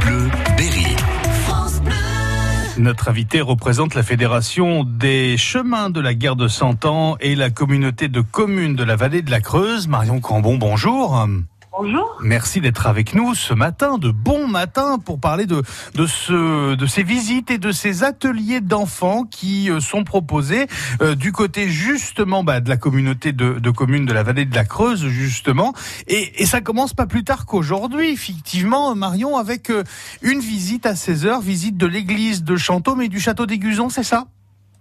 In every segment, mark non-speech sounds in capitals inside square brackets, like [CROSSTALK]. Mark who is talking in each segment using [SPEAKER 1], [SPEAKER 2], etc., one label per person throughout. [SPEAKER 1] Bleu, Berry.
[SPEAKER 2] Notre invité représente la Fédération des chemins de la guerre de Cent Ans et la communauté de communes de la vallée de la Creuse. Marion Cambon, bonjour.
[SPEAKER 3] Bonjour.
[SPEAKER 2] Merci d'être avec nous ce matin, de bon matin, pour parler de, de, ce, de ces visites et de ces ateliers d'enfants qui euh, sont proposés euh, du côté justement bah, de la communauté de, de communes de la vallée de la Creuse, justement. Et, et ça commence pas plus tard qu'aujourd'hui, effectivement, Marion, avec euh, une visite à 16h, visite de l'église de Chantôme et du château d'Aiguzon, c'est ça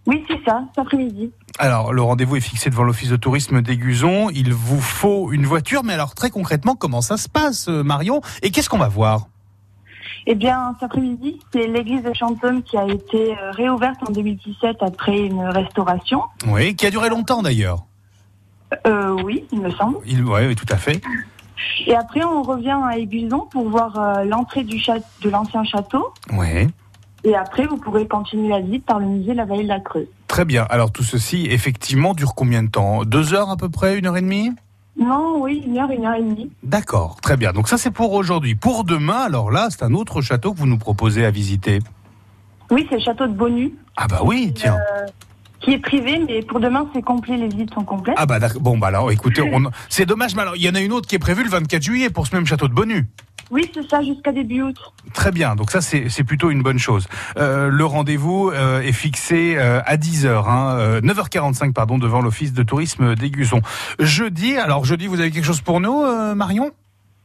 [SPEAKER 3] Oui, c'est ça, cet après-midi.
[SPEAKER 2] alors, le rendez-vous est fixé devant l'office de tourisme d'Aiguzon. Il vous faut une voiture, mais alors très concrètement, comment ça se passe, euh, Marion Et qu'est-ce qu'on va voir
[SPEAKER 3] Eh bien, cet après-midi, c'est l'église de Chantôme qui a été euh, réouverte en 2017 après une restauration.
[SPEAKER 2] Oui, qui a duré longtemps d'ailleurs.
[SPEAKER 3] Euh, oui, il me semble.
[SPEAKER 2] Il, ouais, oui, tout à fait.
[SPEAKER 3] Et après, on revient à Ébuzon pour voir euh, l'entrée du châ- de l'ancien château.
[SPEAKER 2] Oui.
[SPEAKER 3] Et après, vous pourrez continuer la visite par le musée de la Vallée de la Creuse.
[SPEAKER 2] Très bien. Alors, tout ceci, effectivement, dure combien de temps Deux heures à peu près Une heure et demie
[SPEAKER 3] Non, oui, une heure, une heure et demie.
[SPEAKER 2] D'accord, très bien. Donc ça c'est pour aujourd'hui. Pour demain, alors là, c'est un autre château que vous nous proposez à visiter.
[SPEAKER 3] Oui, c'est le château de Bonnu,
[SPEAKER 2] Ah bah oui, tiens.
[SPEAKER 3] qui est privé, mais pour demain, c'est complet, les visites sont complètes.
[SPEAKER 2] Ah bah d'accord. Bon bah alors écoutez, on... c'est dommage, mais alors il y en a une autre qui est prévue le 24 juillet pour ce même château de Bonnu.
[SPEAKER 3] Oui, c'est ça, jusqu'à début août.
[SPEAKER 2] Très bien, donc ça c'est c'est plutôt une bonne chose. Euh, le rendez-vous euh, est fixé euh, à 10h, hein, euh, 9h45 pardon, devant l'office de tourisme d'Aiguson. Jeudi, alors jeudi vous avez quelque chose pour nous euh, Marion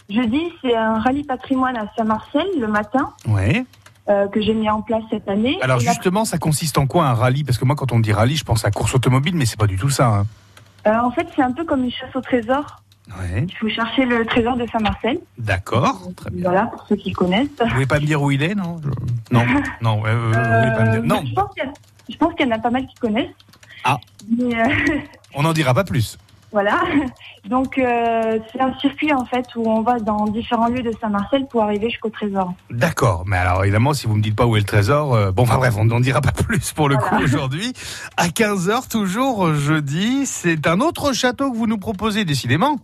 [SPEAKER 3] Jeudi, c'est un rallye patrimoine à Saint-Marcel, le matin.
[SPEAKER 2] Oui.
[SPEAKER 3] euh, que j'ai mis en place cette année.
[SPEAKER 2] Alors
[SPEAKER 3] Et la-
[SPEAKER 2] justement ça consiste en quoi un rallye Parce que moi quand on me dit rallye je pense à course automobile mais c'est pas du tout ça. Hein.
[SPEAKER 3] euh, en fait, c'est un peu comme une chasse au trésor.
[SPEAKER 2] Ouais.
[SPEAKER 3] Il faut chercher le trésor de Saint-Marcel.
[SPEAKER 2] D'accord, très Ah, bien.
[SPEAKER 3] Voilà, pour ceux qui connaissent.
[SPEAKER 2] Vous pouvez pas me dire où il est, non Je- Non, non, euh, vous voulez pas me
[SPEAKER 3] Euh,
[SPEAKER 2] dire. Non,
[SPEAKER 3] Je pense qu'il y, a- je pense qu'il y en a pas mal qui connaissent.
[SPEAKER 2] Ah.
[SPEAKER 3] Mais, euh, [LAUGHS]
[SPEAKER 2] on n'en dira pas plus.
[SPEAKER 3] voilà. Donc, euh, c'est un circuit, en fait, où on va dans différents lieux de Saint-Marcel pour arriver jusqu'au trésor.
[SPEAKER 2] D'accord, mais alors évidemment, si vous me dites pas où est le trésor, euh, bon, enfin bref, on n'en dira pas plus pour le coup aujourd'hui. À 15h, toujours euh, jeudi, c'est un autre château que vous nous proposez, décidément.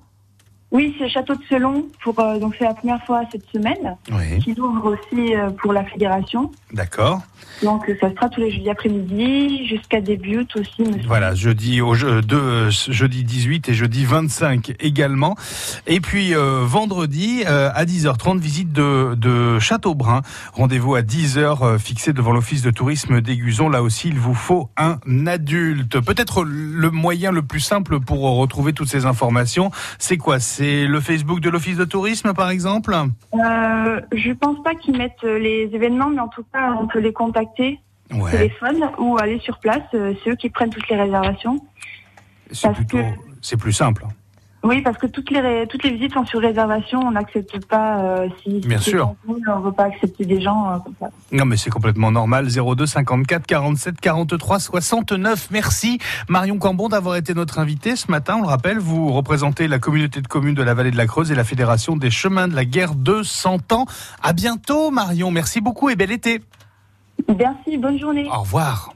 [SPEAKER 3] Oui, c'est Château de Selon. Pour, euh, donc, c'est la première fois cette semaine
[SPEAKER 2] Oui,
[SPEAKER 3] qui ouvre aussi euh, pour la fédération.
[SPEAKER 2] d'accord.
[SPEAKER 3] Donc, euh, ça sera tous les jeudis après-midi jusqu'à début août aussi, me
[SPEAKER 2] Voilà, jeudi, au jeu, de, euh, jeudi 18 et jeudi 25 également. Et puis euh, vendredi euh, à 10h30, visite de, de Châteaubrun. Rendez-vous à 10h euh, fixé devant l'office de tourisme d'Aiguzon. Là aussi, il vous faut un adulte. Peut-être le moyen le plus simple pour euh, retrouver toutes ces informations, c'est quoi C'est le Facebook de l'office de tourisme par exemple
[SPEAKER 3] Euh, je pense pas qu'ils mettent euh, les événements, mais en tout cas, on peut les contacter,
[SPEAKER 2] Ouais,
[SPEAKER 3] téléphone ou aller sur place. euh, C'est eux qui prennent toutes les réservations.
[SPEAKER 2] c'est
[SPEAKER 3] parce
[SPEAKER 2] plutôt...
[SPEAKER 3] que-
[SPEAKER 2] C'est plus simple.
[SPEAKER 3] Oui, parce que toutes les ré- toutes les visites sont sur réservation. On n'accepte pas euh, si
[SPEAKER 2] Bien
[SPEAKER 3] si c'est
[SPEAKER 2] sûr.
[SPEAKER 3] convenu, on ne veut pas accepter des gens euh, comme ça.
[SPEAKER 2] Non mais c'est complètement normal. 02 54 47 43 69. Merci Marion Cambon d'avoir été notre invitée ce matin. On le rappelle, vous représentez la communauté de communes de la vallée de la Creuse et la fédération des chemins de la guerre de 100 ans. À bientôt Marion. Merci beaucoup et bel été.
[SPEAKER 3] Merci, bonne journée.
[SPEAKER 2] Au revoir.